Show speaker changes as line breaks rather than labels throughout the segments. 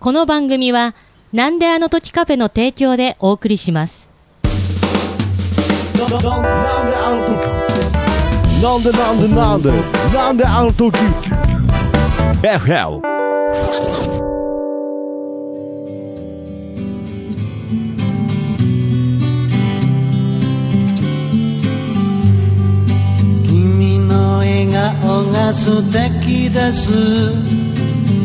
この番組は、なんであの時カフェの提供でお送りします。
なんであの時なんでなんでなんでなんであの時 FM
君の笑顔が素敵です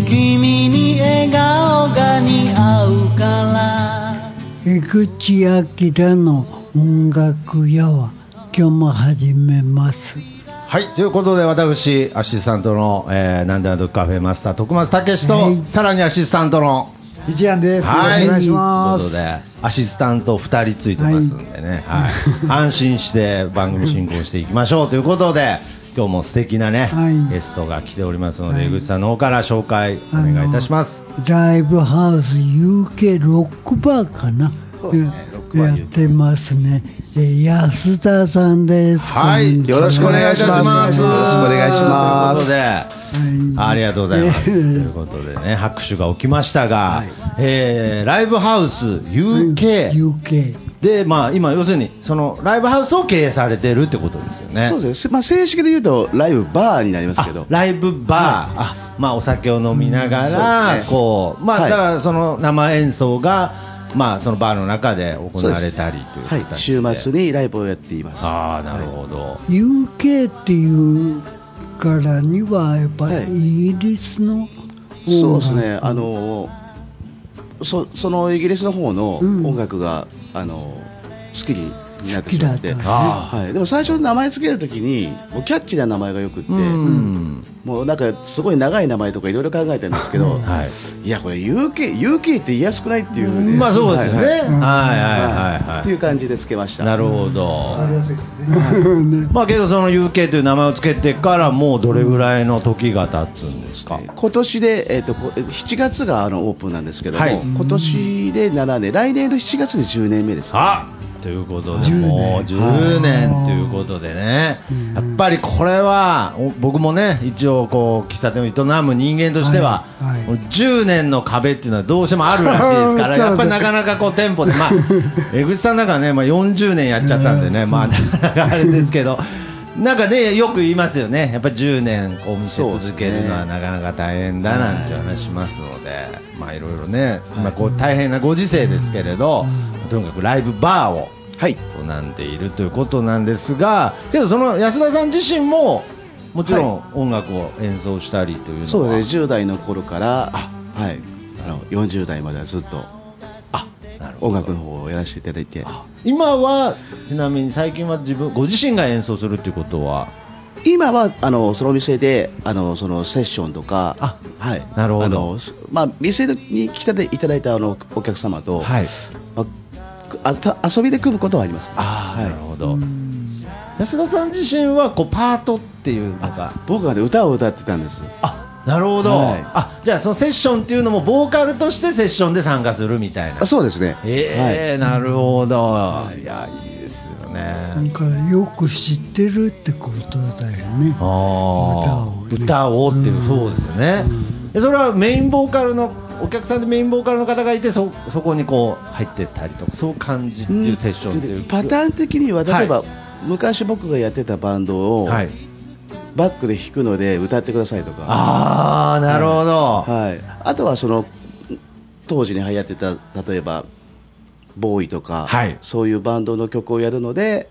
君に笑顔が似合うから
江口明の音楽屋は今日も始めます
はい、ということで私アシスタントの、えー、なんでなんとカフェマスター徳松武史と、
はい
さらにアシスタントの
一覧です。よろしくお願いします。
ということでアシスタント2人ついてますんでね、はい安心して番組進行していきましょうということで今日も素敵なね、
はい
ゲストが来ておりますので、江口さんの方から紹介お願いいたします
ライブハウス UK ロックバーかな、えやってますねえー安田さんです
はい
こんにち
よろしくお願いいたします
よろしくお願いします
ということで、ありがとうございますということでね拍手が起きましたが、えーライブハウス UK、
UK
でまあ今要するにそのライブハウスを経営されてるってことですよね
そうですね。まあ正式で言うとライブバーになりますけ
あ
ど。
ライブバー、あまあお酒を飲みなが
うん
ら、
そうですね
こうまあ、
はい
だからその生演奏がまあそのバーの中で行われたりという
は
形
い
で。
週末にライブをやっています。
ああなるほど、
UK っていうからにはやっぱりイギリスの音
そう
楽
ですね。あのそそのイギリスの方の音楽が、あの好きになってしまって。
好きだった
はい。でも最初に名前つけるときにもうキャッチーな名前がよくって。もうなんかすごい長い名前とかいろいろ考えてるんですけど、、
はい
やこれ UK, UK って言いやすくないっていうふうに
まあそうですよね、
は
はいい
はい
はいはいはい
っていう感じでつけました
なるほど、まあけどその UK という名前をつけてからもうどれぐらいの時が経つんですか、
今年で、えー、とこ7月があのオープンなんですけども、
はい
今年で7年来年の7月で10年目です
あということでもう10年ということでねやっぱりこれはお僕もね一応こう喫茶店を営む人間としては、
はいはい
もう10年の壁っていうのはどうしてもあるらしいですか ら
そう
やっぱりなかなかこう店舗で まあ江口さんなんかね、まあ、40年やっちゃったんでねまあなかなかあれですけど。なんかねよく言いますよねやっぱ10年お店続けるのはなかなか大変だなんて話しますのでまあいろいろね、まあ、こう大変なご時世ですけれどとにかくライブバーを
はい
学んでいるということなんですがけどその安田さん自身ももちろん音楽を演奏したりというのは、
そうですね10代の頃からはい、あの40代まではずっと
なるほど
音楽の方をやらせていただいて
今はちなみに最近は自分ご自身が演奏するということは
今はあのそのお店であのそのセッションとか
あ
はい、
なるほど
あの、まあ、店に来ていただいたあのお客様と、
はい
まあ、あた遊びで組むことはあります、ね、
ああ、
はい
なるほど安田さん自身はこうパートっていうのが
僕は、ね、歌を歌ってたんです
あなるほど、
はい
あじゃあそのセッションっていうのもボーカルとしてセッションで参加するみたいな
あそうですねはい
ええなるほど、い、やいいですよね、
だからよく知ってるってことだよね
あー歌
歌
をっていう、そうですね、えそれはメインボーカルのお客さんでメインボーカルの方がいてそそこにこう入ってったりとかそういう感じっていうセッションっていう、
パターン的には例えば、昔僕がやってたバンドを、
はい、
バックで弾くので歌ってくださいとか
ああなるほど、
はい、あとはその当時に流行ってた例えばボーイとか、
はい
そういうバンドの曲をやるので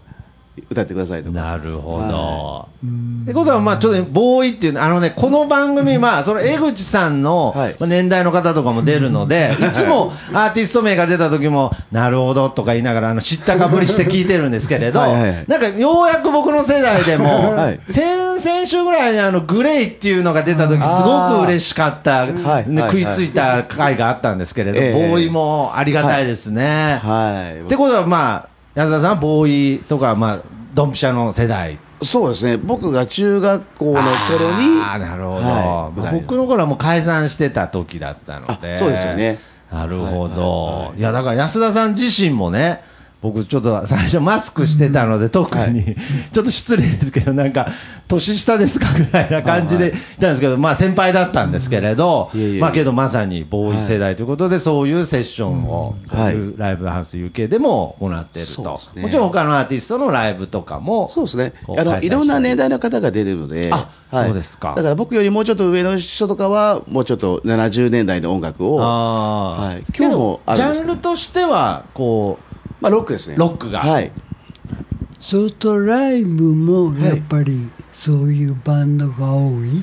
歌ってくださいとか
なるほど、
は
ってことはまあちょっとボーイっていうあのねこの番組まあその江口さんの
はい
まあ年代の方とかも出るので、い、つもアーティスト名が出た時もなるほどとか言いながらあの知ったかぶりして聞いてるんですけれど
はいはい
なんかようやく僕の世代でも、
はい
先々週ぐらいにあのグレイっていうのが出た時すごく嬉しかった、
はい
ね
はい
食いついた回があったんですけれど、
ええ
ボーイもありがたいですね。
はい
ってことはまあ安田さんはボーイとかまあドンピシャの世代
そうですね僕が中学校の頃に
あーなるほど、
はい
まあ僕の頃はもう解散してた時だったので
あそうですよね
なるほど、いやだから安田さん自身もね僕ちょっと最初マスクしてたので特にちょっと失礼ですけどなんか年下ですかぐらいな感じでいたんですけどまあ先輩だったんですけれど
いえいえ
まあけどまさにボーイ世代ということでそういうセッションをこう
はい
いうライブハウス UK でも行っている
そうで
と
すね
もちろん他のアーティストのライブとかも
そうですね
こ。う
あ
開催し
の、
たり
いろんな年代の方が出るので。
あそうですか
だから僕よりもうちょっと上の人とかは、もうちょっと70年代の音楽を、
あー
はい今日もあ
け
る
ど
んで
ジャ
すけ
ン
ど
ルとしてはこう
まあロックですね。
ロックが
はい。
それとライブもやっぱりそういうバンドが多い、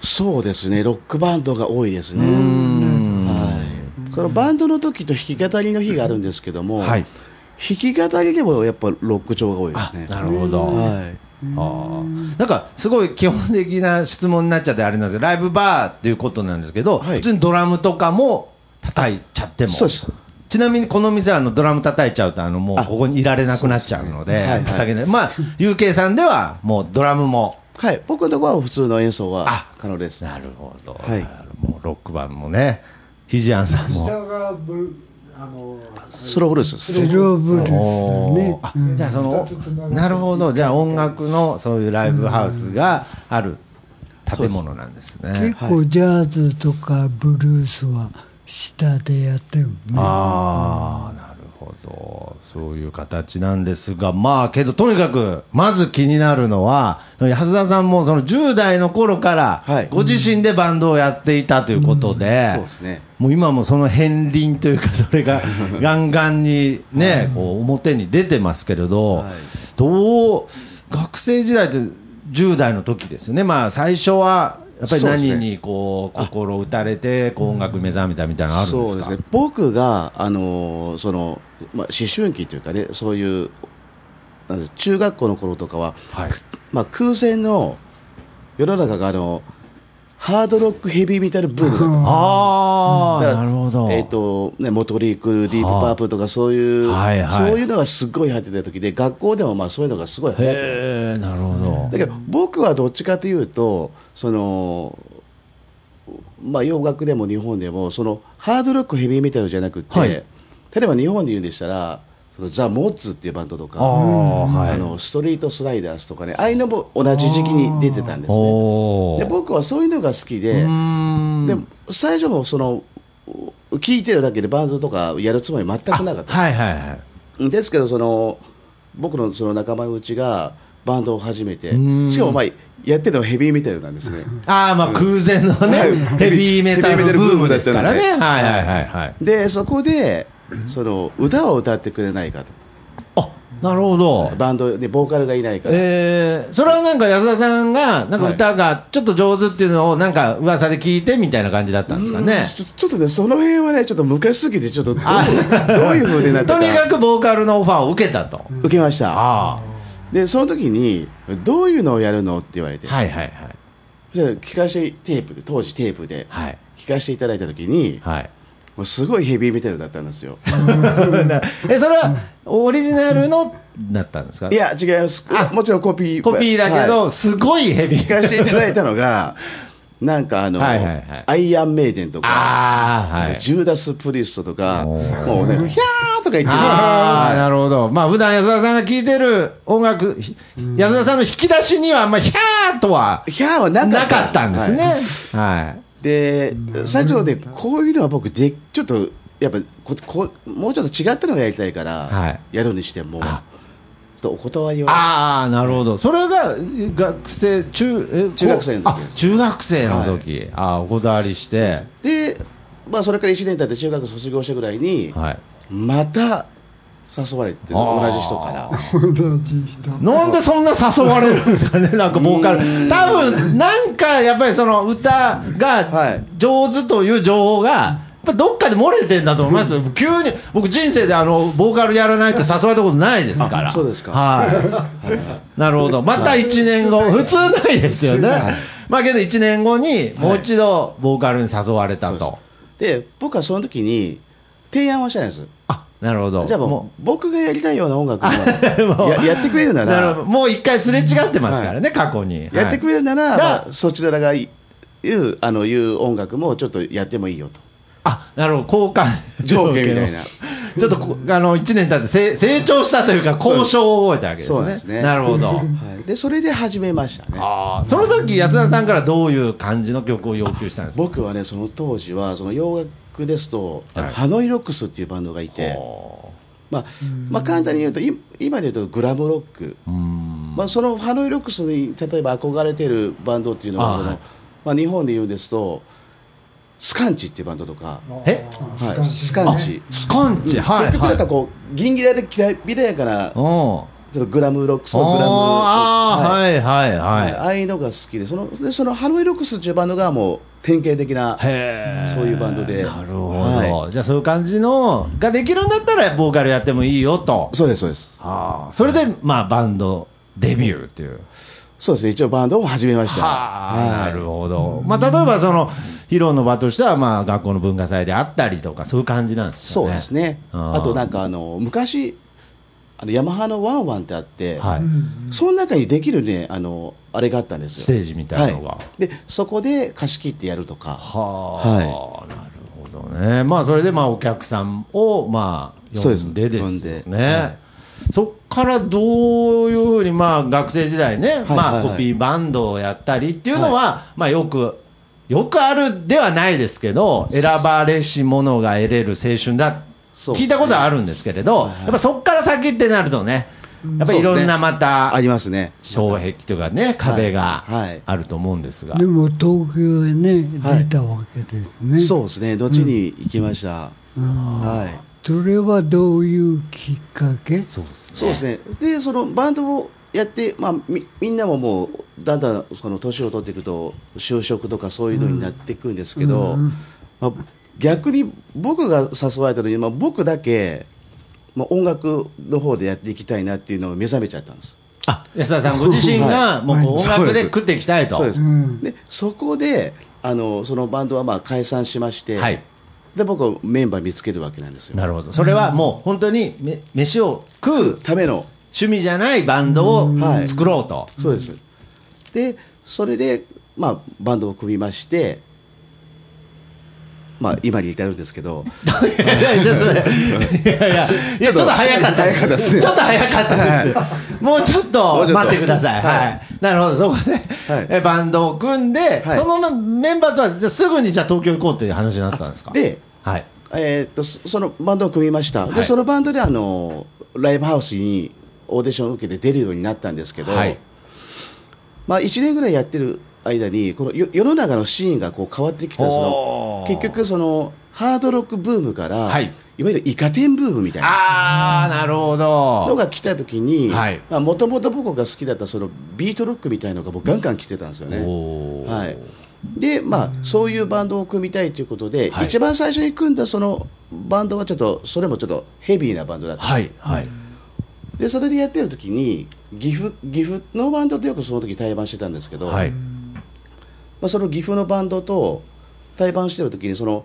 そうですね。ロックバンドが多いですね。はい。そのバンドの時と弾き語りの日があるんですけども、
はい
弾き語りでもやっぱロック調が多いで
あ
すね。
なるほど、
はい。
あーなんかすごい基本的な質問になっちゃってあれなんですけどライブバーっていうことなんですけど、
はい
普通にドラムとかも叩いちゃっても
そうです
ちなみにこの店はあのドラム叩いちゃうとあのもうここにいられなくなっちゃうので
そうですねはいはい
叩けない、まあ UK さんではもうドラムも
はい。僕のところは普通の演奏は
あ
可能です。
なるほど、
はい
もうロックバンドもねひじやんさんも
下がブルあの
スローブルースです
スローブルースね
おーあじゃあそのなるほどじゃあ音楽のそういうライブハウスがある建物なんですね
結構ジャズとかブルースは下でやってるもんね
ああなるほどそういう形なんですがまあけどとにかくまず気になるのは安田さんもその10代の頃から
はい
ご自身でバンドをやっていたということで
そうですね
もう今もその片鱗というかそれ がガンガンにねこう表に出てますけれど
はい
どう学生時代と10代の時ですよねまあ最初はやっぱり
そうですね
何にこう心打たれてこう音楽目覚めたみたいなのあるんですか
そうですね、僕が、あのーそのまあ、思春期というかね、そういう、なんです中学校の頃とかは、
はい
くまあ、空前の世の中があのハードロックヘビーメタルブームだった
ああ、
だから
なるほど。
えっ、と、ね、モトリーク、ディープパープルとかそういう、
はいはい
そういうのがすごい流行ってた時で、学校でもまあそういうのがすごい流行って
へえ、なるほ
た。だけど、僕はどっちかというと、その、まあ洋楽でも日本でも、そのハードロックヘビーメタルじゃなくて、
はい
例えば日本で言うんでしたら、そのザ・モッツっていうバンドとか、
あーはい
あのストリートスライダースとかね、ああいうのも同じ時期に出てたんです
ど。
ね。
お
で
ー
僕はそういうのが好きで、
うーん
でも最初もその聞いてるだけでバンドとかやるつもり全くなかった、
はいはいはい。
ですけどその僕のその仲間のうちがバンドを始めて
ん
しかもまあやってるのはヘビーメタルなんです ね
ああ、まあ空前のね、ヘビーメタルブームですからね。
ヘ
はい
ビーメタルブームだったので
はいはいはい。
でそこでその歌を歌ってくれないかと
あ、なるほど。
バンドでボーカルがいないから、
えー、それはなんか安田さんがなんか歌がちょっと上手っていうのをなんか噂で聞いてみたいな感じだったんですかね。
ちょちょっとねその辺はねちょっと昔すぎてち ょっとどうどういうふうになって
とにか
たか
くボーカルのオファーを受けたと。
受けました
あ
でその時にどういうのをやるのって言われ
あ、
て、
はいはいはい
じゃあ聞かせてテープで当時テープで
はい
聞かせていただいた時に、
はい。
もうすごいヘビーメタルだったんですよ
えそれはオリジナルのだったんですか
いや違いますもちろんコピー
コピーだけど、
はい
すごいヘビ
聞かせていただいたの がなんかあの、
はいはいはい
アイアンメイデンとか
ああ はい
ジューダス・プリストとか
おー
もうねヒャーとか言って
ああ
ね
なるほどまあ普段安田さんが聴いてる音楽ひ安田さんの引き出しにはあんまヒャーとは
ヒャーはな
な
かった
かったんですね
はい
はい
で最初ねこういうのは僕でちょっとやっぱここもうちょっと違ったのがやりたいから、
はい
やるにしてもちょ
あ
っとお断りを
ああなるほどそれがえ学生中え
中学生の時
あ中学生の時、ああお断りして
で、まあ、それから1年経って中学卒業したぐらいに、
はい
また誘われて
あー
同じ人から
同じ人
なんでそんな誘われるんですかね、 なんかボーカル、多分なんかやっぱりその歌
は
が
い
上手という情報が、やっぱどっかで漏れてんだと思います、急に、僕、人生であのボーカルやらないって誘われたことないですから、
あそうですか
はい、なるほど、また1年後、普通ないですよね、まあけど1年後にもう一度、ボーカルに誘われたと、
で僕はその時に提案をしたんです
あなるほど、
じゃあもう僕がやりたいような音 楽をややってくれるな
なる
ら
ほどもう一回すれ違ってますからね、過去に。
やってくれるなら、
はい
まあ、そちらがいうあのいう音楽もちょっとやってもいいよと
あなるほど交換
条件みたいな
ちょっとこあの1年経ってせ成長したというか交渉を覚えたわけです
そう
ね。
ですね
なるほ ど。
はい、でそれで始めましたね
あーその時安田さんからどういう感じの曲を要求したんですか
僕はねその当時はその洋楽ですと、あの
はい
ハノイロックスっていうバンドがいて、まあまあ、簡単に言うとい今で言うとグラムロック、まあ、そのハノイロックスに例えば憧れてるバンドっていうの
あ
はその
はい
まあ、日本で言うんですとスカンチっていうバンドとか、
え
はい、スカンチ。
スコンチはい
結局
は
なん
い
かこう銀ギラできらびらやかなちょ
おー
っとグラムロックスのグラム
あー
はい
はいはい
はい
は
ああいうのが好きでそのでそのハノイロックスっていうバンドがもう典型的ない
へー
そういうバンドで
なるほど、
は
じゃあそういう感じのができるんだったらボーカルやってもいいよと
そうですそうです
あーそれでまあバンドデビューっていう
そうですね一応バンドを始めました
はあ、
はい
なるほど、まあ、例えばその披露の場としてはまあ学校の文化祭であったりとかそういう感じなんです
そ
よ
う
ね。
ですね
あ
あ
ー
となんかあの昔あのヤマハのワンワンってあって、
はい
その中にできるねあのあれがあったんですよ
ステージみたいなのが
はでそこで貸し切ってやるとか
はあ、なるほどね。まあそれでまあお客さんをまあ呼んでですよ
そう
ね。
です呼んで
そっからどういうふうにまあ学生時代ね、
はい
ま
は
あ
いはい
コピーバンドをやったりっていうのは、まあよくよくあるではないですけど選ばれし者が得れる青春だ
そう
聞いたことはあるんですけれど、やっぱそっから先ってなるとねやっぱりいろんなまた
ありますね
障壁というかね壁が
はい
あると思うんですが、
でも東京へね
はい
出たわけですね。
そうですね後に行きました、はい
それはどういうきっかけ
そうですね
そうですね。で、そのバンドをやって、まあ、みみんなももう、だんだんその年を取っていくと、就職とかそういうのになっていくんですけど、まあ、逆に僕が誘われたのに、まあ、僕だけ、まあ、音楽の方でやっていきたいなっていうのを目覚めちゃったんです。
あ安田さんご自身が
はい
もう音
はい
楽で食っていきたいと。
そうです。
ん
で、そこで、あの、そのバンドはまあ解散しまして、
はい
で、僕はメンバー見つけるわけなんですよ。
なるほど。それはもう本当にめ飯を食う
ための
趣味じゃないバンドを
はい
作ろうと。
そうです。で、それで、まあ、バンドを組みまして、まあ、今に至るんです けど、
いやいやちょっといやいやいやちょっと早かった
早かったですね
ちょっと早かったです。もうちょっと
もうちょっと
待ってください。
はい
はい。なるほどそこ
はい
でえバンドを組んで
はい
そのメンバーとはじゃあすぐにじゃあ東京行こうという話になったんですか。
で、
はい。
えーっと、そそのバンドを組みました。
は
で、
い
そのバンドで、あの、ライブハウスにオーディションを受けて出るようになったんですけど、
はい
まあ、1年ぐらいやってる間に、このよ世の中のシーンがこう変わってきたんです
お
よ
ー
結局、その、ハードロックブームから、
はい
い、わゆるイカ天ブームみたいな。
ああなるほ
の
ど。
が来た時に
はい
もともと僕が好きだったそのビートロックみたいのが僕ガンガン来てたんですよね。
おー
はい、でまあそういうバンドを組みたいということで、
はい
一番最初に組んだそのバンドはちょっとそれもちょっとヘビーなバンドだった、
はいはい。
でそれでやってる時に岐阜岐阜のバンドとよくその時対バンしてたんですけど、
はい。
まあ、その岐阜のバンドと対バンしてる時にその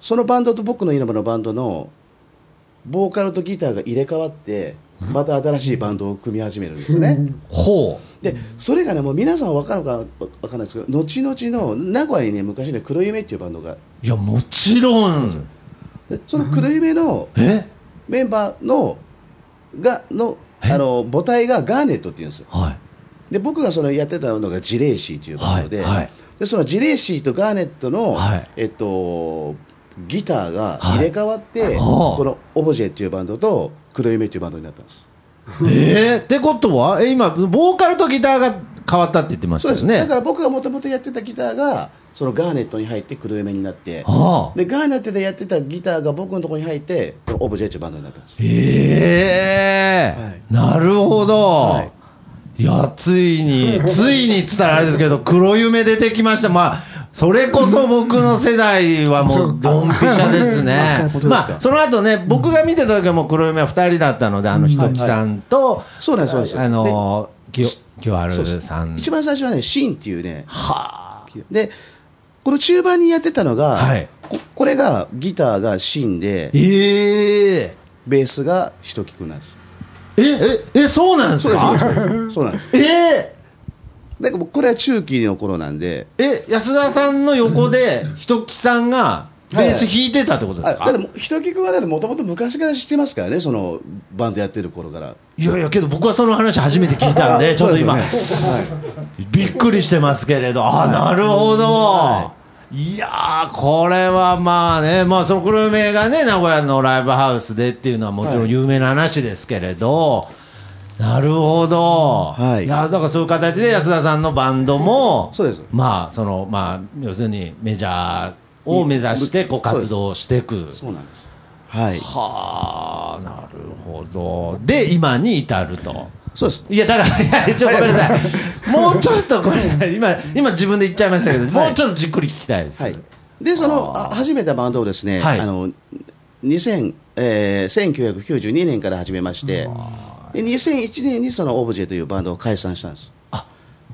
そのバンドと僕の今のバンドのボーカルとギターが入れ替わってまた新しいバンドを組み始めるんですよね。
ほう。
でそれがねもう皆さん分かるかわわかんないですけど後々の名古屋にね昔ね黒夢っていうバンドが
いやもちろん
でその黒夢の
え
メンバーのがのあの母体がガーネットっていうんですよ
はい
で僕がそのやってたのがジレーシーっていうバンドで,、
はいはい
でそのジレーシーとガーネットの、
はい
えっと、ギターが入れ替わって、
い
このオブジェっていうバンドと黒夢っていうバンドになったんです
えー、ってことはえ今ボーカルとギターが変わったって言ってましたよね
だから僕がもともとやってたギターがそのガーネットに入って黒夢になって
はあ
でガーネットでやってたギターが僕のところに入ってこのオブジェっていうバンドになったんです
ええー
はい
なるほど、、
はい
やつい についにっつったらあれですけど黒夢出てきましたまあそれこそ僕の世代はもうドンピシャです ね
あ本当ですか
まあその後ね僕が見てた時はもう黒夢は2人だったのであのひときさんと、
そうなんですそうなんです
あのき清
そう
春
です
さん
一番最初はねシーンっていうねでこの中盤にやってたのが、
はい
ここれがギターがシーンで
ええ
ベースがひときくんなんです
えええそうなんですか
そうなんです
ええ
だからもうこれは中期の頃なんで
え安田さんの横でひときさんがベース弾いてたってことですか、
あだってもう人聞くはだってもともと昔から知ってますからねそのバンドやってる頃から
いやいやけど僕はその話初めて聞いたんでちょっと今、びっくりしてますけれどあなるほど、い、やーこれはまあねまあその黒夢がね名古屋のライブハウスでっていうのはもちろん有名な話ですけれど、なるほど、
はい
やだからそういう形で安田さんのバンドも
そうです
まあそのまあ要するにメジャーを目指してこう活動していく
そうなんですはい
はあなるほどで今に至ると
そうです
いやだからい やちょっとごめんなさいもうちょっとこれ今今自分で言っちゃいましたけど、もうちょっとじっくり聞きたいです、
はい、でそのあ始めたバンドをですね、
はい
あの2000えー1992年から始めましてで2001年にそのオブジェというバンドを解散したんです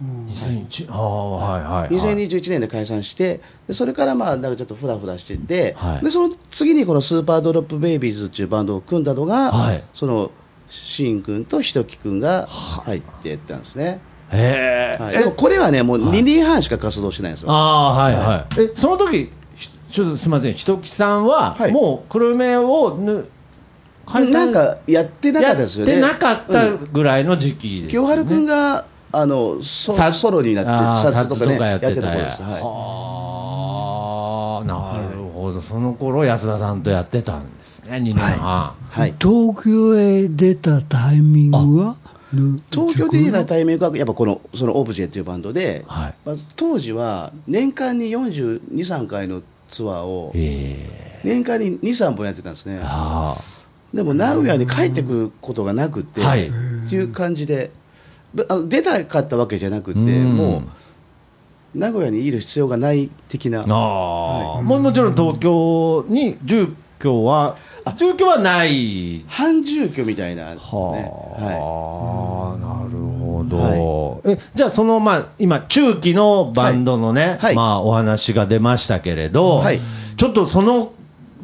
2001ああはいはい、はい、
2021年で解散してでそれからまあなんかちょっとフラフラしてて、
はい
でその次にこのスーパードロップベイビーズっていうバンドを組んだのが、
はい
そのしんくんとひときくんが入ってったんですね、
へえ、
はい、でもこれはねもう2年半しか活動してないんですよ、
ああーはいはい、えその時ひちょっとすみませんひときさんは、
はい
もう黒目をぬ解
な
散
んかやってなか
や
ったです
っ
よね
てなかったぐらいの時期です
清
よね、
春君があのソ
さ
ソロになっ
あ
て
ー
サッツとかねや
サ
っ
ッ
てた
ツ
と
とか
ころ
や
です、は
ああなるほどその頃安田さんとやってたんですね2年半、
いはい、
東京へ出たタイミングは
東京で出たタイミングがやっぱこのそのオブジェっていうバンドで、
はい
まあ、当時は年間に4 2 3回のツアーを
ええ
年間に23本やってたんですね
あ
でも名古屋に帰ってくることがなくて、
はい
っていう感じでぶあの出たかったわけじゃなくて
うん
もう名古屋にいる必要がない的な
ああ、もうもちろん東京に住居は住居はない
半住居みたいな、ねは
はあ、なるほ
は
ど、えじゃあその、まあ、今中期のバンドのね、
はい
まあ、お話が出ましたけれど、
はい
ちょっとその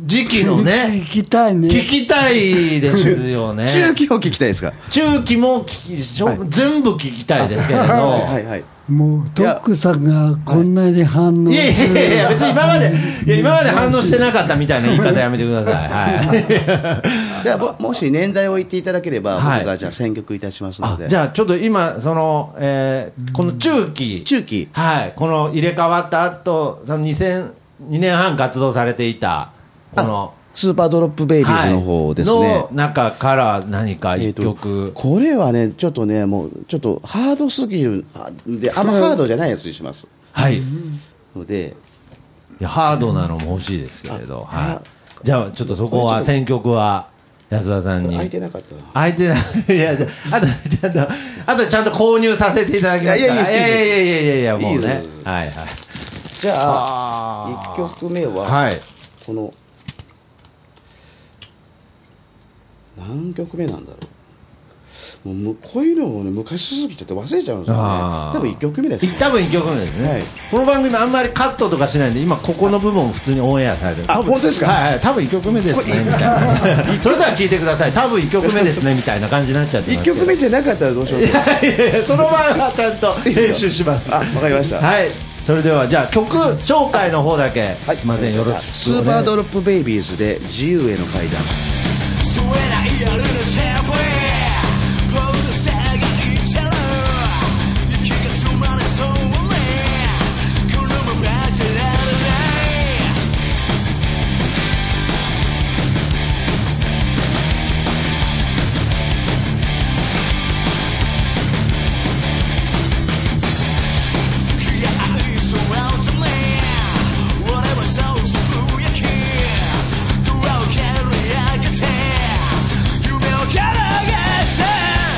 時期 の
ね
ね
聞きたいね
聞きたいですよね
い、中期を聞きたいですか
中期も聞きしょ、全部聞きたいですけれど、
はいはいはい
もうトックさんがこんなに反応
いや
す
い
る
やいや、別に今まで、いや、今まで反応してなかったみたいな言い方やめてください。はい。
じゃあぼもし年代を言っていただければ、
はい
僕がじゃあ選曲いたしますの
あ
で
じゃあ、ちょっと今、その、えーこの中期、
中期
はい、この入れ替わった後、その2000、2年半活動されていた、この、
スーパードロップベイビーズの方ですね、
はいの中から何か
えー
一
と
曲、
これはねちょっとねもうちょっとハードすぎるあであんまハードじゃないやつにします
はい。い
ので
やハードなのも欲しいですけれど、
あ
は
あ
い。じゃあ、ちょっとそこは、選曲は、安田さんに。
空いてなかったな
相手ない、いや、あと、ちゃんと、あとちゃんと購入させていただきましたから。
いやい
いやいやいやいや、もう
いいで
ね
すいいで。す
はいはい。
じゃあ
あ
1曲目は、
はい。
この何曲目なんだろうもうむこういうのをね昔すぎちゃって忘れちゃうんですよね
あー
多分1曲目ですね
多分一曲目ですね、
はい
この番組あんまりカットとかしないんで、今ここの部分を普通にオンエアされてる。
あ
多分
本当ですか
はいはい。多分一曲目ですね、みたいな。それでは聞いてください。多分一曲目ですね、みたいな感じになっちゃってま
1
すけど。
曲目じゃなかったらどうしようと思って
いやいやその前はちゃんと編集します。
あわかりました
はい。それでは、じゃあ曲紹介の方だけ、
はい
すいません、よろしくお願いします。
スーパードロップベイビーズで自由への階段
それない夜のジャンプボールさがいちゃう息が止まらそうねこのままじゃられない「気合いそわんじゃねえ俺はそうつぶやき」「ドアを蹴り上げて夢を蹴り上げ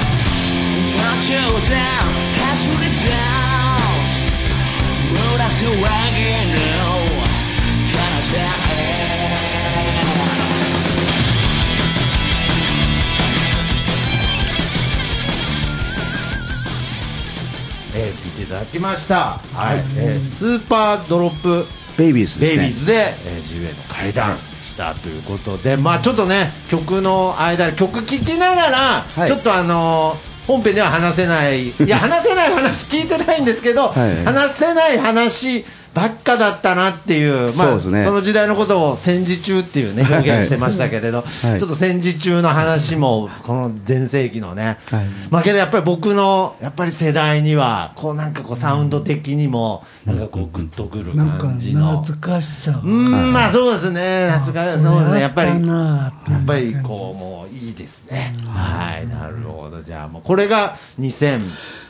京都走り出す漏らすわけの彼方へ
えー、聞いていただきました、はいえースーパードロップ
ベイビーズです
ベ
ね
イビーズで、えー、GUA の会談したということで、まあちょっとね曲の間曲聴きながら、
い
ちょっとあのー本編では話せない いや話せない話聞いてないんですけど、
はい
話せない話ばっかだったなっていう、ま
そう
あ
ですね
の時代のことを戦時中っていうね表現してましたけれど、
いはい
ちょっと戦時中の話もこの全盛期のね、まあけどやっぱり僕のやっぱり世代にはこうなんかこうサウンド的にもなんかこうグッとくる
なんか
感じの
懐かしさ
うーんまあそうですね懐かしいそうですねやっぱり
あった
や
なあって
っぱりこうもういいですねはいなるほどじゃあもうこれが2000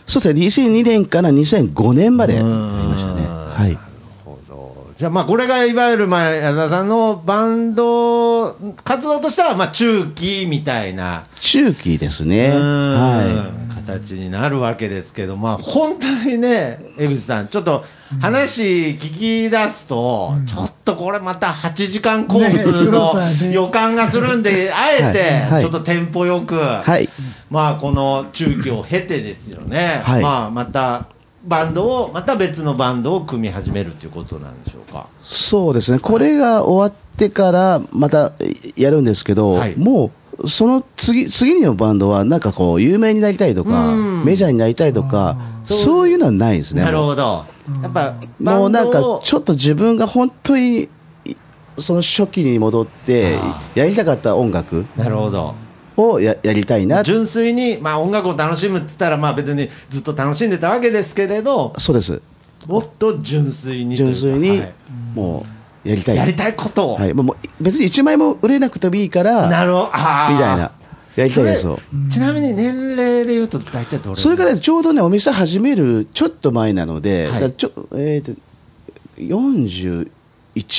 そうですね2002年から2005年までやり
ん
ましたねはい
ほどじゃあまあこれがいわゆるまあ矢沢さんのバンド活動としてはまあ中期みたいな
中期ですね
うーん
は
形になるわけですけど、まあ、本当にね、江口さん、ちょっと話聞き出すと、ちょっとこれまた8時間コースの
ね
予感がするんで、あえ
は
て
い
ちょっとテンポよく、
いはい
まあ、この中期を経てですよね、
はい
まあ、またバンドを、また別のバンドを組み始めるということなんでしょうか。
そうですねこれが終わってからまたやるんですけど、
はい
もうその次次のバンドはなんかこう有名になりたいとか
うん
メジャーになりたいとかそういうのはないですね
なるほど。やっぱ、バンド
も
を
うなんかちょっと自分が本当にいその初期に戻って
あ
やりたかった音楽
なるほど。
をややりたいな
純粋に、まあ、音楽を楽しむって言ったら、まあ、別にずっと楽しんでたわけですけれど
そうです
もっと純粋にという
純
か
粋に
はい
もうやりたい
やりたいことを、
はい、もうもう別に1枚も売れなくてもいいから
なるほどあー
みたいなやりたいです
そ
よ
れちなみに年齢でいうと大体どれ
それからちょうどね、お店始めるちょっと前なので、
はい
だからちょえー、と41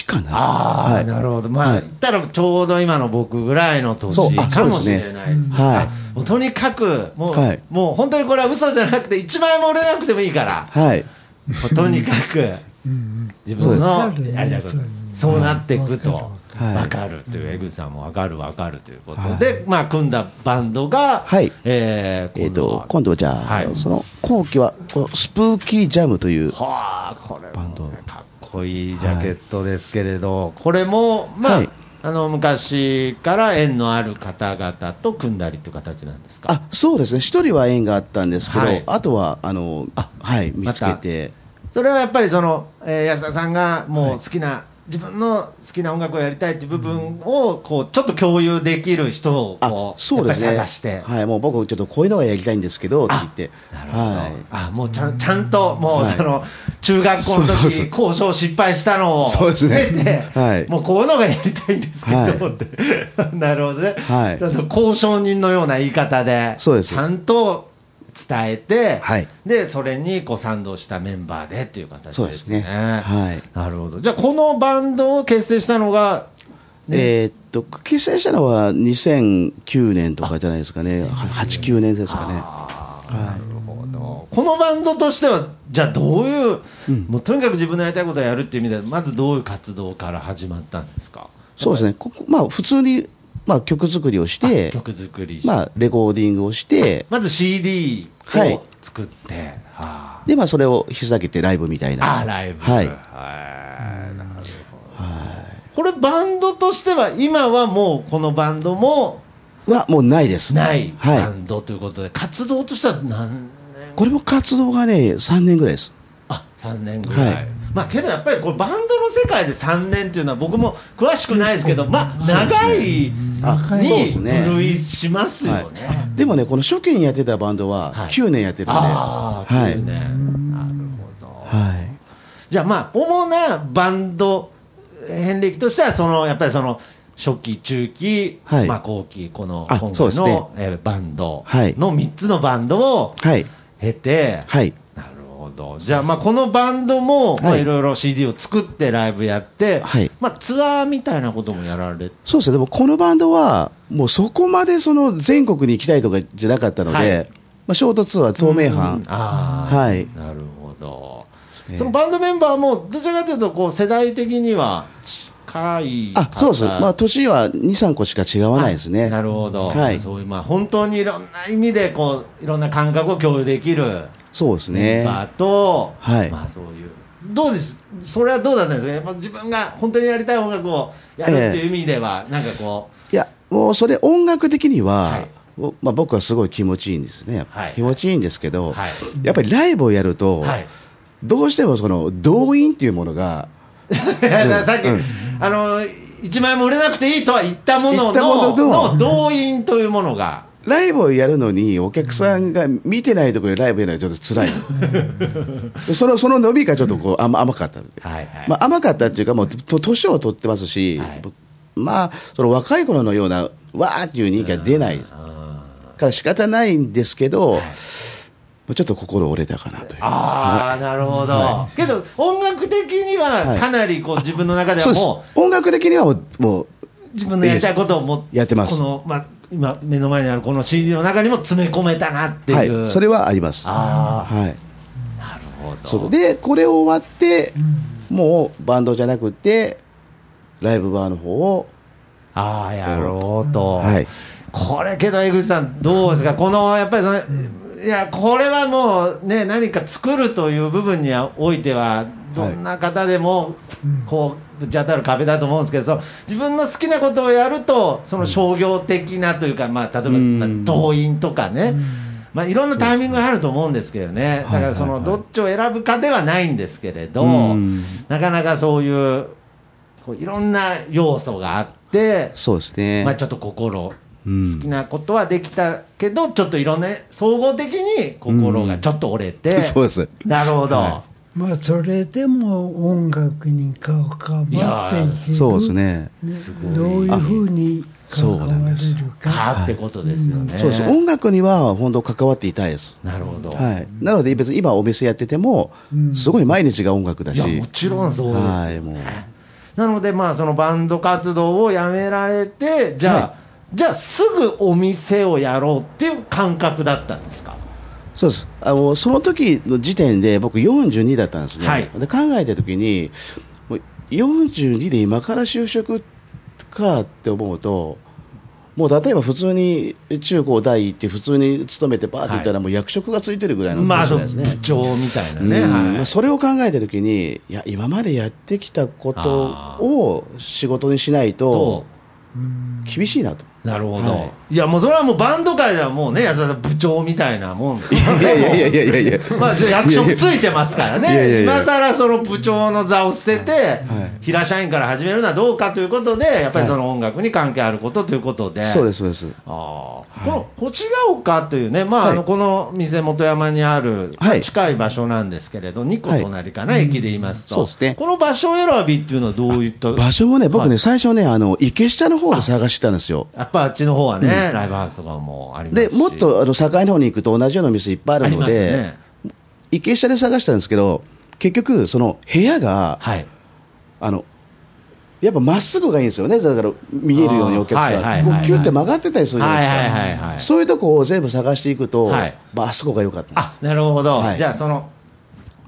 かな。
ああ、
はい、
なるほどまあ、
はい
言ったらちょうど今の僕ぐらいの年
そうあ
かもしれないです
そうですねはい
いもうとにかくもう,、
はい
もう本当にこれは嘘じゃなくて1枚も売れなくてもいいから
はい、
もうとにかく自分の
そうです
やりたいこと
そう
そうなっていくと
はい
分かるという江口さんも分かる分かるということでまあ組んだバンドが
はい
えー
えー、と
今
今
度
度じゃあ、
はい
その後期はこのスプーキージャムという、
ははあこれ
バンド
もねかっこいいジャケットですけれどこれもま
は
あ
い
あの昔から縁のある方々と組んだりという形なんですか
あそうですね、一人は縁があったんですけど、
はい
あとはあの
あ
はい、見つけて、
それはやっぱりその、えー安田さんがもう好きな、自分の好きな音楽をやりたいっていう部分をこうちょっと共有できる人を
あ
こう
そうです
やっ
ね、
ぱり探して。
はい、もう僕、ちょっとこういうのがやりたいんですけどって言って、
なるほど、
はい、
あもうちゃんちゃんともう
はい
その、中学校の
そうそう
時
そう
交渉失敗したのを
そうですね
経て、
はい
もうこういうのがやりたいんですけど、
はい
って なるほどね、
はい
ちょっと交渉人のような言い方で
そうです
ちゃんと伝えて、
はい
でそれにこう賛同したメンバーでっていう形ですね
そうですねはい
なるほどじゃあこのバンドを結成したのが、ね
えーっと結成したのは2009年とかじゃないですかね、89年ですかね。
なるほどこのバンドとしてはじゃあどういう、もうとにかく自分のやりたいことをやるっていう意味でまずどういう活動から始まったんですか
そうですね、ここまあ、普通に、まあ、曲作りをして、
曲作りして、
まあ、レコーディングをして、
まず CD
はい
を作って、あ
でまあ、それを引き下げてライブみたいな、
あーライブ
は
は
い
いなるほどこれバンドとしては今はもうこのバンドも
はもうないです、
ないバ
は
ンドということで、活動としては何
い、これも活動がね、3年ぐらいです。
あ3年ぐらい、
はい
まあけどやっぱりこれバンドの世界で3年っていうのは僕も詳しくないですけどまあ長いに
あそうですね
分類しますよね、
はいでもね、この初期にやってたバンドは
はい
9年やってたんで、
ああ、
はい
いいねなるほど、
はい
じゃあまあ主なバンド遍歴としてはそのやっぱりその初期中期、
はい
まあ、後期この
あ
今
そう
回
ですね
の、えーバンド
はい
の3つのバンドを
はい
経て、
はい
なるほどじゃあまあこのバンドもまあ
はい
いろいろ CD を作ってライブやって、
はい
まあ、ツアーみたいなこともやられて
そうですね、でもこのバンドは、もうそこまでその全国に行きたいとかじゃなかったので、
はい
あ、ショートツアー透明版
ああ、
はい
なるほど、
ね
そのバンドメンバーもどちらかというとこう世代的には近い
あそうです、まあ、年は23個しか違わないですね
なるほど、
はい
そういうまあ本当にいろんな意味でこういろんな感覚を共有できる
そうです
メ
ね
ンバーと、
はい
まあそういうどうですそれはどうだったんですかやっぱ自分が本当にやりたい音楽をやるっていう意味では、なんかこう
いやもうそれ音楽的には、
はい
おまあ、僕はすごい気持ちいいんですね、やっぱ
はい
気持ちいいんですけど、
はい
やっぱりライブをやると、
はい
どうしてもその動員っていうものが、
いやだ からさっき、あの1枚も売れなくていいとは言ったも
言
のの
ったものの
の動員というものが。
ライブをやるのに、お客さんが見てないところでライブやるのはちょっと辛い でそのその伸びがちょっとこう甘甘かったんで、
はいはい
まあ、甘かったっていうか、もうと年を取ってますし、
はい
まあ、その若い頃のような、わーっていう人気が出ないから仕方ないんですけど、もうちょっと心折れたかなという。
ああ、なるほど、けど音楽的にはかなりこう自分の中で
そ
は
うです
も
音楽的にはもうもう
う自分のやりたいことをもう
やってます
この、まあ、今目の前にあるこの CD の中にも詰め込めたなって
はい
いう、、
それはあります。
あ
はい、
あなるほ
そ
ど
うでこれを終わって、もうバンドじゃなくてライブバーの方を、
ああやろうと、
はい、
これけど江口さんどうですかこのやっぱりそのいやこれはもうね何か作るという部分においてはどんな方でもこうぶち当たる壁だと思うんですけどその自分の好きなことをやるとその商業的なというかまあ例えば
ん
動員とかねまあいろんなタイミングがあると思うんですけどねだからそのどっちを選ぶかではないんですけれど
うん
なかなかそういうこういろんな要素があって
そうですね、
まあ、ちょっと心、好
うん
きなことはできたけど、ちょっといろんな、総合的に心がちょっと折れて、
そうです
なるほど、
は
まあそれでも音楽に関わってい
いや
ける
そうですね、
ねどういうふうに関われるか
かってことですよね。
そうです音楽には本当関わっていたいです、
なるほど、
はい、なので別に今お店やっててもすごい毎日が音楽だ
い
し、
や、もちろんそうですよね。
はいもう
なので、まあ、そのバンド活動をやめられて、じゃあ、じゃあすぐお店をやろうっていう感覚だったんですか
そうですあのその時の時点で僕42だったんですね、
はい
で考えた時にもう42で今から就職かって思うともう例えば普通に中高大行って普通に勤めてバーって行ったらもう役職がついてるぐらいの
まあ、
話
そ
な
うん
ですね、
部長みたいなね。
うん
はい
まあそれを考えた時にいや今までやってきたことを仕事にしないと
と
厳しいなと。
なるほど、、
はい
やもうそれはもうバンド界ではもうね安田さん部長みたいなもんです からね
いやいやいや
もうまあ役職ついてますからね
いやいやいや
今更その部長の座を捨てて、平社員から始めるのはどうかということでやっぱりその音楽に関係あることということで、
そうですそうです
あーこの星ヶ丘というね、まあ
はい
あのこの店本山にある、まあ
はい
近い場所なんですけれど2個隣かな、駅で言いますと、
そうですね
この場所選びっていうのはどういった
場所もね、僕ね、
はい
最初ね、あの池下の方で探してたんですよ。
やっぱあっちの方はね、ライブハウスとかもあります
で、
し
もっとあの境の方に行くと同じような店いっぱいあるので、
ありますね
池下で探したんですけど、結局、その部屋が、
はい、
あのやっぱまっすぐがいいんですよね、だから見えるようにお客さん、
あーはいはいはいはい
こうキュッて曲がってたりするじゃないですか、
はいはいはいはい
そういうとこを全部探していくと、
はい
まああそこが良かったんで
あ
す。
なるほど、
はい
じゃあその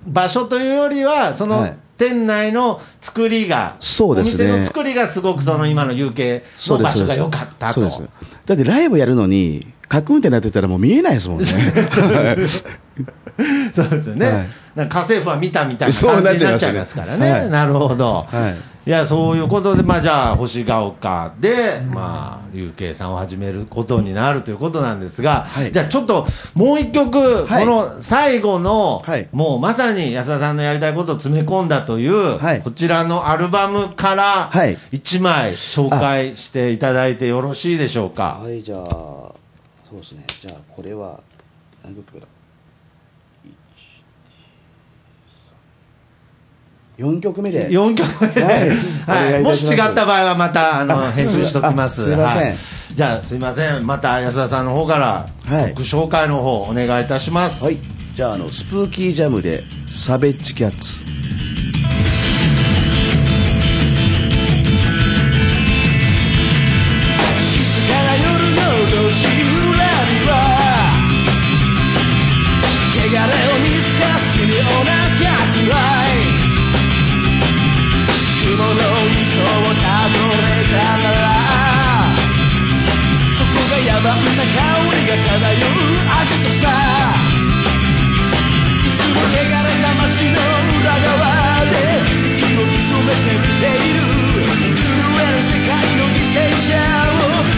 場所というよりはその
はい
店内の作りが、
そうですね
お店の作りがすごくその今の UK
そ
の
うで
場
すそ
所
うで
が
す
良かったと
そうですだってライブやるのに、カクンってなってたらもう見えないですもん ね。
そうですよね、
はい
なんか家政婦は見たみたいな
そう
感
なっ
じ
ち
に
ゃい
な
ま
っち
す
ゃいますか
ね
らね、
はい
なるほど、
はい
い、やそういうことで、まあ、じゃあ星ヶ丘で、まあ、UK さんを始めることになるということなんですが、
はい
じゃあちょっともう一曲、
はい
この最後の、
はい
もうまさに安田さんのやりたいことを詰め込んだという、
はい
こちらのアルバムから
はい
1枚紹介していただいてよろしいでしょうか。
はい、じゃあ、そうですね。じゃあ、これは、何曲だ ?4 曲目で。
4曲目で、
は
はい
いお願いい
も
た
し
します
違った場合はまたあの編集しておきます
あすいません
はいじゃあすいませんまた安田さんの方から
はい
曲紹介の方お願いいたします、
はい。じゃあ、あの、スプーキージャムで、サベッジキャッツ。
静かな夜の路地裏にはうなガスライ雲の糸をたどれたならそこが野蛮な香りが漂う味とさいつも汚れた街の裏側で息を潜めて見ている震える世界の犠牲者を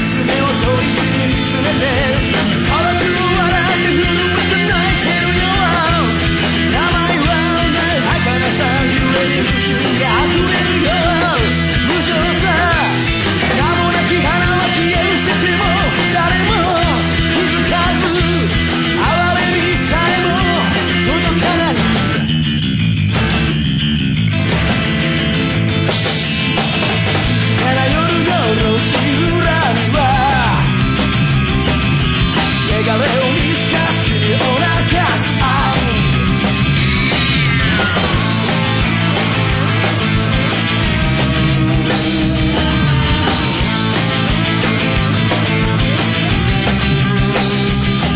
爪を問いに見つめて「荒く笑いで震えて泣いてるよ」「名前はない儚さゆえに不朽が溢れるよ」「無情さ名もなき花は消え失せても誰も気づかず」「哀れにさえも届かない」「静かな夜の路地裏には」汚れを見透かす奇妙なガスアイ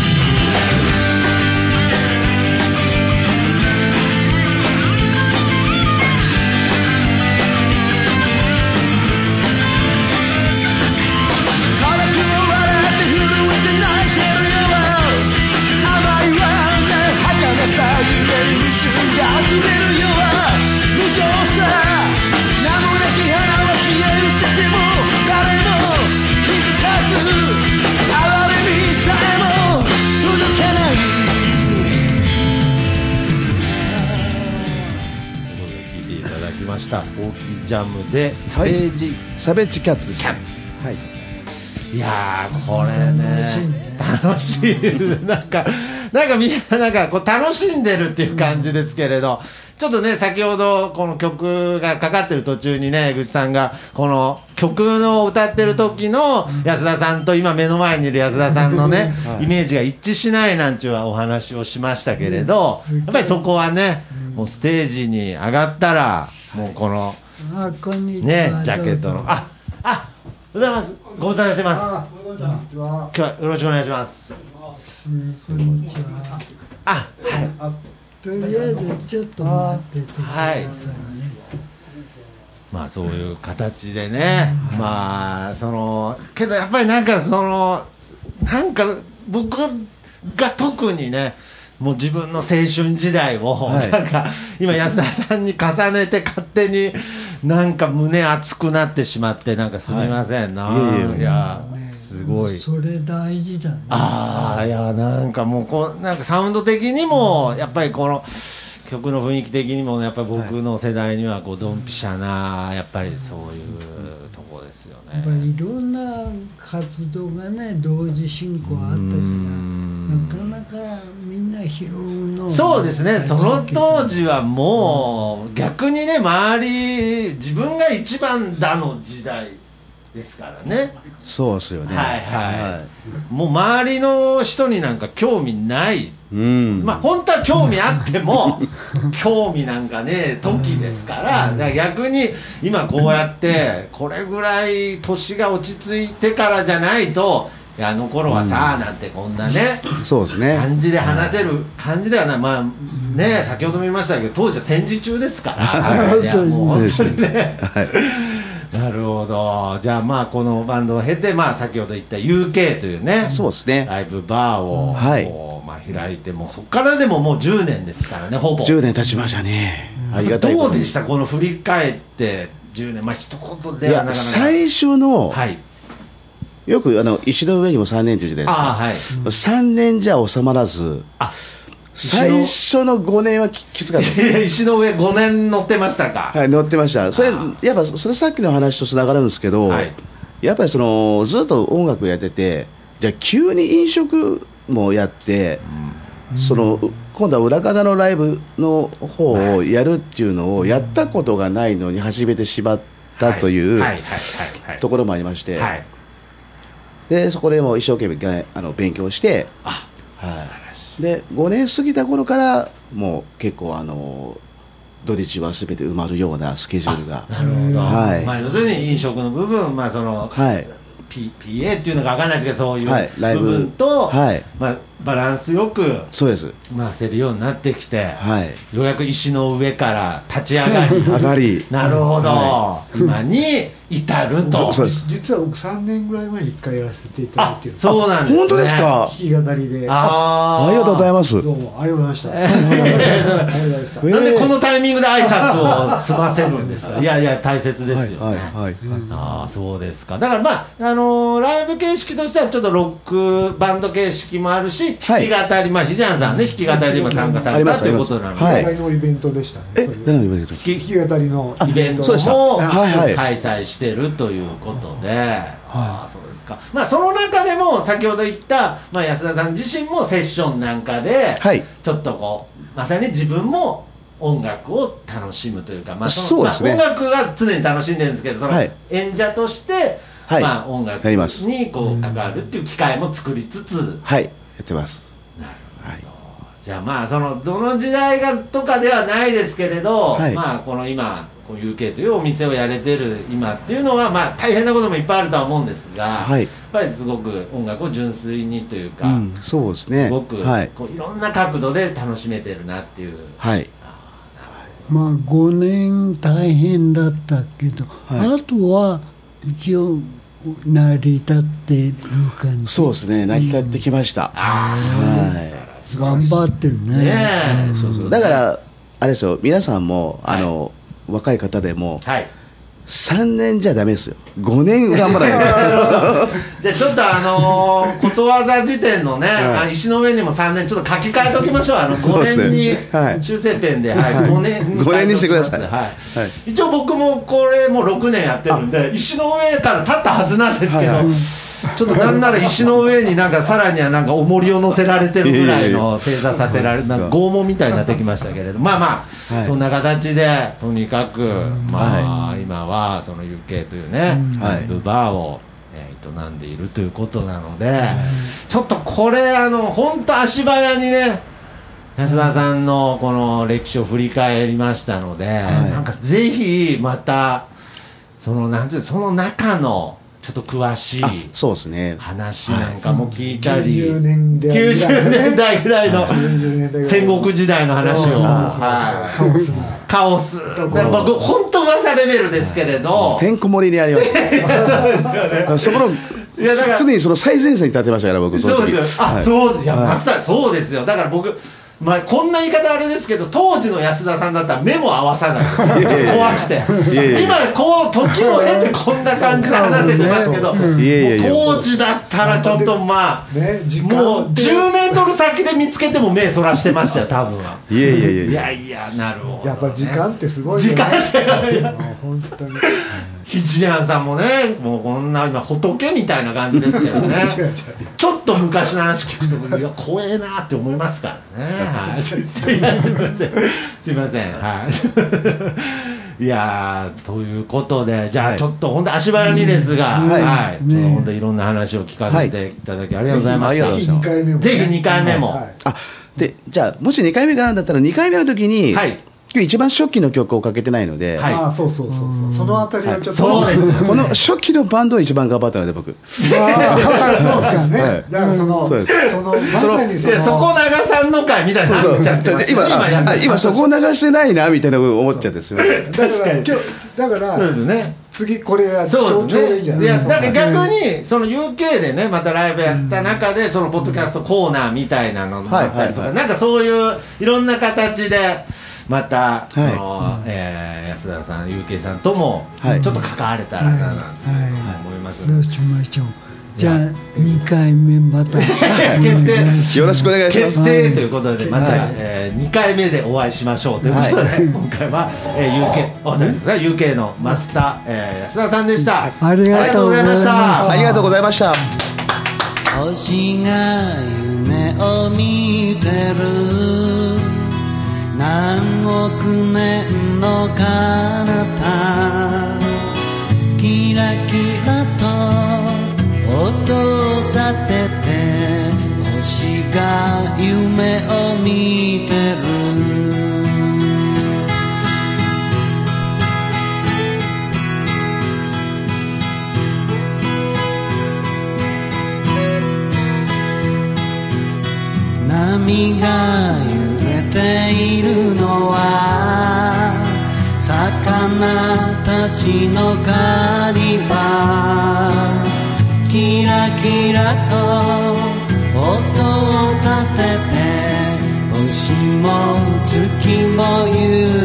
「辛く笑って震えて泣いてるよ」「甘いはない儚さゆえに不朽が溢れるよ」「無情さ名もなき花は消え失せても誰も気づかず」「哀れみさえも届かない」
ということで聞いていただきましたスポーツジャムでサ
は
ベ
い
ージ
サベッチキャッツです
キャッ
はい
いやーこれね楽しい,、なんかなんかみんななんかこう楽しんでるっていう感じですけれど、ちょっとね先ほどこの曲がかかってる途中にね江口さんがこの曲を歌ってる時の安田さんと今目の前にいる安田さんのね、イメージが一致しないなんていうお話をしましたけれど、やっぱりそこはね、もうステージに上がったらもうこの。
あこんにちは
ね、ジャケッ
ど
ト
う
の。
ぞ
あ、あ、おはようございます。ご無沙汰してます。今日はよろしくお願いします。
うんこんにちは
あ、はい。
とりあえずちょっと待っててくださいね、
まあ、そういう形でね。まあ、その、けど、やっぱり、なんか、その。なんか、僕が特にね。もう自分の青春時代を、
はい
なんか今安田さんに重ねて勝手になんか胸熱くなってしまってなんかすみませんな、
はいいえいえ
やすごい
それ大事だね
ああいやなんかもうこうなんかサウンド的にもやっぱりこの曲の雰囲気的にもやっぱり僕の世代にはこうドンピシャなやっぱりそういうとこですよ
やっぱ
ね。
りいろんな活動がね同時進行あったからなかなかみんな拾うの
そうですねその当時はもう逆にね周り自分が一番だの時代ですからね
そうですよね
はいはいもう周りの人になんか興味ない
うん
まあ本当は興味あっても興味なんかねえ時ですからだから逆に今こうやってこれぐらい年が落ち着いてからじゃないといやあの頃はさなんてこんなね
そうですね
感じで話せる感じではないまあね先ほども言いましたけど当時は戦時中ですからいやもう本当にね。 なるほどじゃあまあこのバンドを経てまあ先ほど言った UK というね
そうですね
ライブバーを、
はい
こうまあ、開いてもうそこからでももう10年ですからねほぼ
10年経ちましたねありがたいこ
ど
と
うでしたこの振り返って10年まあ一言ではなかな
いや
か
最初の
はい
よくあの石の上にも3年というじゃないです
ああ
か
はい
3年じゃ収まらず
あ
最初の5年はききつかったです
いや石の上5年乗ってましたか、
はい、乗ってました、それ、やっぱそれさっきの話とつながるんですけど、
はい
やっぱりそのずっと音楽やってて、じゃあ、急に飲食もやって、その今度は裏方のライブの方をやるっていうのを、やったことがないのに始めてしまったとい
はい
う
はいはいはい
ところもありまして、
はい
でそこでもう一生懸命があの勉強して、
あ
はい、で5年過ぎた頃から、もう結構あの、土日はすべて埋まるようなスケジュールが。
なるほど、
はい
まあ、要するに飲食の部分まあその
はい、
P PA っていうのが分かんないですけどそういう
はいライ
部
ブ
分と、
はい
まあ、バランスよく
そうです
回せるようになってきて、
はい
ようやく石の上から立ち上がり
上がり
なるほど、
は
今に至ると
そうです
実は僕3年ぐらい前に1回やらせていただ
あ
いてる
そうなんです、ね、
本当ですか
弾き語りでど
あー
ありがとうございます
うもありがとうございましたありがとうございました
なんでこのタイミングで挨拶を済ませるんですかいやいや大切ですよ、
はいはいはい、
ああそうですかだからまあ、あのーライブ形式としてはちょっとロックバンド形式もあるし弾
はい
き語りまあひじゃんさんね弾き語りで今参加さ
あ
れ
りま
た
した
ということなので、
ありました
お互い
はい
のイベントでしたね
え
それは
何の言われてる
き
弾き語りの
イ
イ
ベ
ベ
ン
ン
ト
ト
そうでした
も
はいはい
開催してるということで、ああそうですか、まあ、その中でも先ほど言った、まあ、安田さん自身もセッションなんかで、
はい
ちょっとこうまさに自分も音楽を楽しむというか、まあの
そうですね
まあ音楽は常に楽しんでるんですけどその
はい
演者として、
はい
まあ、音楽
やります
にこう関わるっていう機会も作りつつ、
はいやってます
なるほど
はい
じゃあまあそのどの時代がとかではないですけれど、
はい
まあこの今こう UK というお店をやれてる今っていうのはまあ大変なこともいっぱいあるとは思うんですが、
はい
やっぱりすごく音楽を純粋にというか、
うん、そうですね
すごく
はい
こういろんな角度で楽しめてるなっていう。
はい
まあ5年大変だったけど、
は
あとは一応成り立ってる感じ
そうですね泣き立ってきました、
あ
はい
頑張ってる
あ、
ね
ねえ、
そうそうだからあれですよ皆さんもあの、若い方でも
はい。
3年じゃダメですよ5年頑張らない
じゃあちょっとあの ーことわざ辞典のね、
はい
あ石の上にも3年ちょっと書き換えときましょうあの
そうですね
5年に、
はい
修正ペンで、はい、
はい
5年
五年にしてくださ い
はい、
は
一応僕もこれもう6年やってるんで石の上から立ったはずなんですけど、
はいはい
ちょっとなんなら石の上になんかさらにはなんか重りを乗せられてるぐらいの正座させ られるなんか拷問みたいになってきましたけれどまあまあ、
はい
そんな形でとにかくまあ、今はその UK というね、
はい
ブバーを、えー営んでいるということなので、ちょっとこれあの本当足早にね安田さんのこの歴史を振り返りましたので、
い
なんかぜひまたそのなんていうのその中のちょっと詳し
あ
い
そうですね
話なんかも聞いたり、
90年代ぐらい
90年代ぐらいの
90年代ぐらい
戦国時代の話を
そう
はい
そうそうそう
カオス僕本当噂レベルですけれど
てんこ盛りにありましたそこの
いやだから
常にその最前線に立ってましたから僕その
そう
時
ですよあ、
はい
そういや、
はい
まさにそうですよだから僕まあ、こんな言い方あれですけど当時の安田さんだったら目も合わさないです
いやいや
怖くて
いやいや
今こう時を経てこんな感じで話してますけど
ういやいやいや
もう当時だったらちょっとまあ、
ね時間って
もう10メートル先で見つけても目そらしてましたよ多分はい
やいやいや
い
いや
やいやなるほど、ね、
やっぱ時間ってすごい
時
よね
間って
もう本当に
ひじやんさんもねもうこんな今仏みたいな感じですけどね
違う違う
ちょっと昔の話聞くといや怖えなって思いますからね、はい、すいませんすいませんすいませんはいいやーということでじゃあちょっと本当足早にですが、はい、ちょっと本当いろんな話を聞かせていただきありがとうございま
あり
し
が
た、
とうござ
ぜ
い
ひ2回
ま
目もね
ぜひ二回目も
はい
あでじゃあもし2回目があるんだったら2回目の時に、
はい
今日一番初期の曲をかけてないので、
はい
ああそうそうそうそうそのあたりをちょっと
そうです
この初期のバンドを一番頑張ったので僕
ああそうっすよね、
はい
だからその、
そうです
そのまさにそ
で
の
そこ長さんの会みたいになっちゃってます
今
やって
あ
ます
今そこを流してないなみたいな思っちゃってすみませ
だ
ん
から今日だから、
そうですね
次これやち
そ
ょ
う
うちょうどい
で
いんじ
す
ゃ
ね。
ない
や、だから逆
に
に、その UK でね、またライブやった中で、そのポッドキャストコーナーみたいなのもあったりと
はい
か、
はいはい
なんかそういう、いろんな形で、また、そ
はい
の、えー安田さん、UK さんとも、
はい
ちょっと関われたらな、なんて思います
ど
ね
うしましょうじゃあ2回目また
決定
よろしくお願いしま
決
す
定ということで、また
はい、
えー2回目でお会いしましょうということで、今回は、えー UK、お大丈夫ですか UK のマスター、えー安田さんでした。
ありがとうございました
ありがとうございました
星が夢を見てる何億年の彼方キラキラと音を立てて星が夢を見てる「髪が揺れているのは魚たちの狩り場キラキラと音を立てて星も月も揺